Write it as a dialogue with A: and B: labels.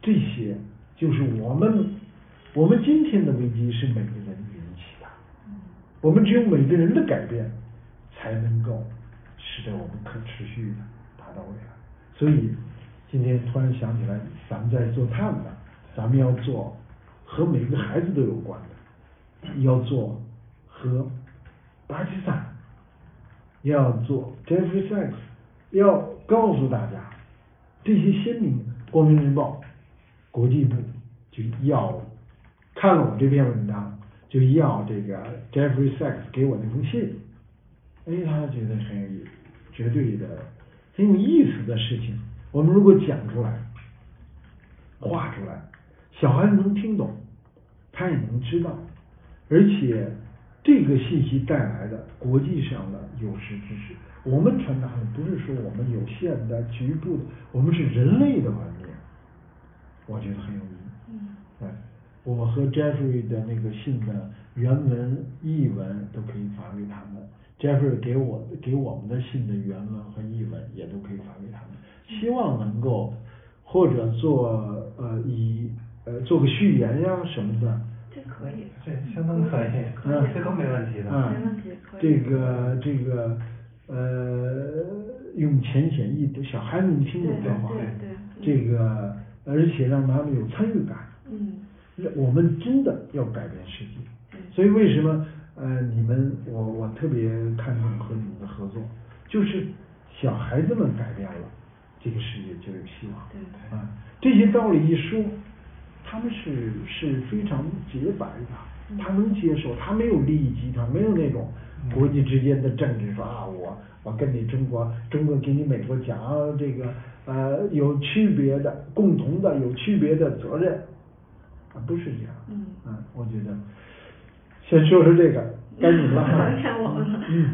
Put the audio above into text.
A: 这些就是我们我们今天的危机是每个人引起的，我们只有每个人的改变，才能够使得我们可持续的达到未来。所以今天突然想起来，咱们在做探的，咱们要做和每个孩子都有关的，要做和巴基斯坦，要做 Jeffrey Sachs，要告诉大家这些鲜明，《光明日报》国际部就要看了我这篇文章，就要这个 Jeffrey Sachs 给我那封信，哎，他觉得很有意绝对的很有意思的事情，我们如果讲出来、画出来，小孩子能听懂，他也能知道，而且这个信息带来的国际上的有识之士，我们传达的不是说我们有限的、局部的，我们是人类的观念，我觉得很有意义。
B: 嗯
A: 哎，我和 Jeffrey 的那个信的原文、译文都可以发给他们。Jeffrey 给我给我们的信的原文和译文也都可以发给他们，希望能够或者做呃以呃做个序言呀什么的，
B: 这可以，
C: 这相当可以
A: 嗯，
C: 这都没问题的。
A: 啊
B: 没问题可，以
A: 这个这个呃，用浅显易懂，小孩子能听懂的话，
B: 对对对
A: 这个而且让他们有参与感，
B: 嗯
A: 我们真的要改变世界。
B: 对
A: 所以为什么呃，你们我我特别看重和你们的合作，就是小孩子们改变了，这个世界就有希望。
B: 对
C: 对
A: 啊，这些道理一说，他们是是非常洁白
B: 嗯
A: 的，他能接受，他没有利益集团，没有那种
C: 嗯
A: 国际之间的政治说啊，我我跟你中国，中国给你美国讲啊这个呃有区别的，共同的有区别的责任，啊不是这样，
B: 嗯
A: 我觉得先说说这个，该你了，
B: 看我们了
A: 嗯，